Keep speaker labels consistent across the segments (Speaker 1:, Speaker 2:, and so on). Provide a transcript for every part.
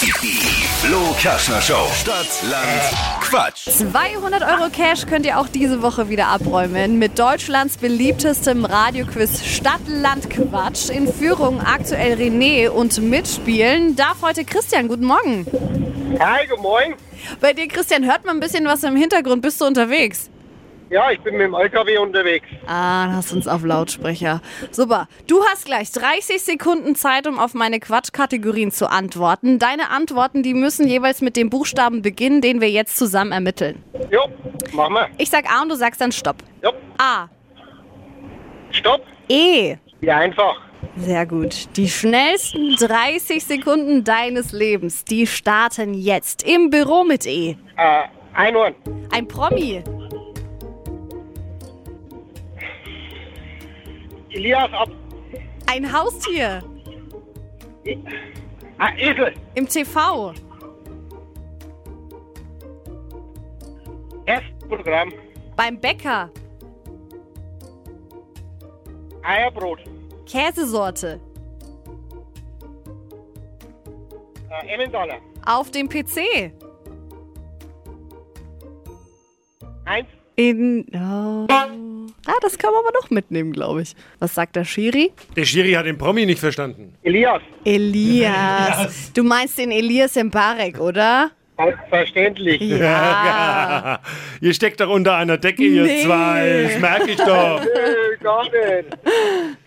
Speaker 1: Die Flo Kaschner Show. Stadt, Land, Quatsch.
Speaker 2: 200 Euro Cash könnt ihr auch diese Woche wieder abräumen mit Deutschlands beliebtestem Radioquiz Stadt-Land-Quatsch. In Führung aktuell René und mitspielen darf heute Christian. Guten Morgen.
Speaker 3: Hi, guten Morgen.
Speaker 2: Bei dir, Christian, hört man ein bisschen was im Hintergrund. Bist du unterwegs?
Speaker 3: Ja, ich bin mit dem LKW unterwegs.
Speaker 2: Ah, dann hast du uns auf Lautsprecher. Super. Du hast gleich 30 Sekunden Zeit, um auf meine Quatschkategorien zu antworten. Deine Antworten, die müssen jeweils mit dem Buchstaben beginnen, den wir jetzt zusammen ermitteln.
Speaker 3: Jo, machen wir.
Speaker 2: Ich sag A und du sagst dann Stopp.
Speaker 3: Jo,
Speaker 2: A.
Speaker 3: stopp.
Speaker 2: E.
Speaker 3: Ja, einfach.
Speaker 2: Sehr gut. Die schnellsten 30 Sekunden deines Lebens, die starten jetzt im Büro mit E.
Speaker 3: Äh, Einhorn.
Speaker 2: Ein Promi.
Speaker 3: Elias ab.
Speaker 2: Ein Haustier.
Speaker 3: Äh, Esel.
Speaker 2: Im TV.
Speaker 3: Testprogramm.
Speaker 2: Beim Bäcker.
Speaker 3: Eierbrot.
Speaker 2: Käsesorte.
Speaker 3: Äh, Emmentaler.
Speaker 2: Auf dem PC.
Speaker 3: Eins.
Speaker 2: In. Oh. Ah, das kann man aber noch mitnehmen, glaube ich. Was sagt der Schiri?
Speaker 4: Der Schiri hat den Promi nicht verstanden.
Speaker 3: Elias.
Speaker 2: Elias. Du meinst den Elias Mbarek, oder? Ah,
Speaker 3: Selbstverständlich.
Speaker 4: Ihr steckt doch unter einer Decke, ihr
Speaker 2: Nee.
Speaker 4: zwei. Das merke ich doch.
Speaker 3: Äh, gar nicht.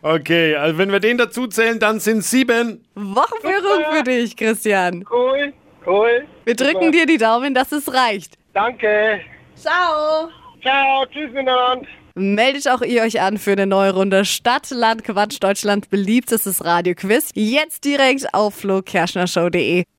Speaker 4: Okay, also wenn wir den dazu zählen, dann sind sieben.
Speaker 2: Wochenführung für dich, Christian.
Speaker 3: Cool, cool.
Speaker 2: Wir drücken dir die Daumen, dass es reicht.
Speaker 3: Danke.
Speaker 2: Ciao.
Speaker 3: Ciao, tschüss miteinander.
Speaker 2: Meldet auch ihr euch an für eine neue Runde Stadt, Land, Quatsch, Deutschland, beliebtestes Radioquiz. Jetzt direkt auf flokerschnershow.de.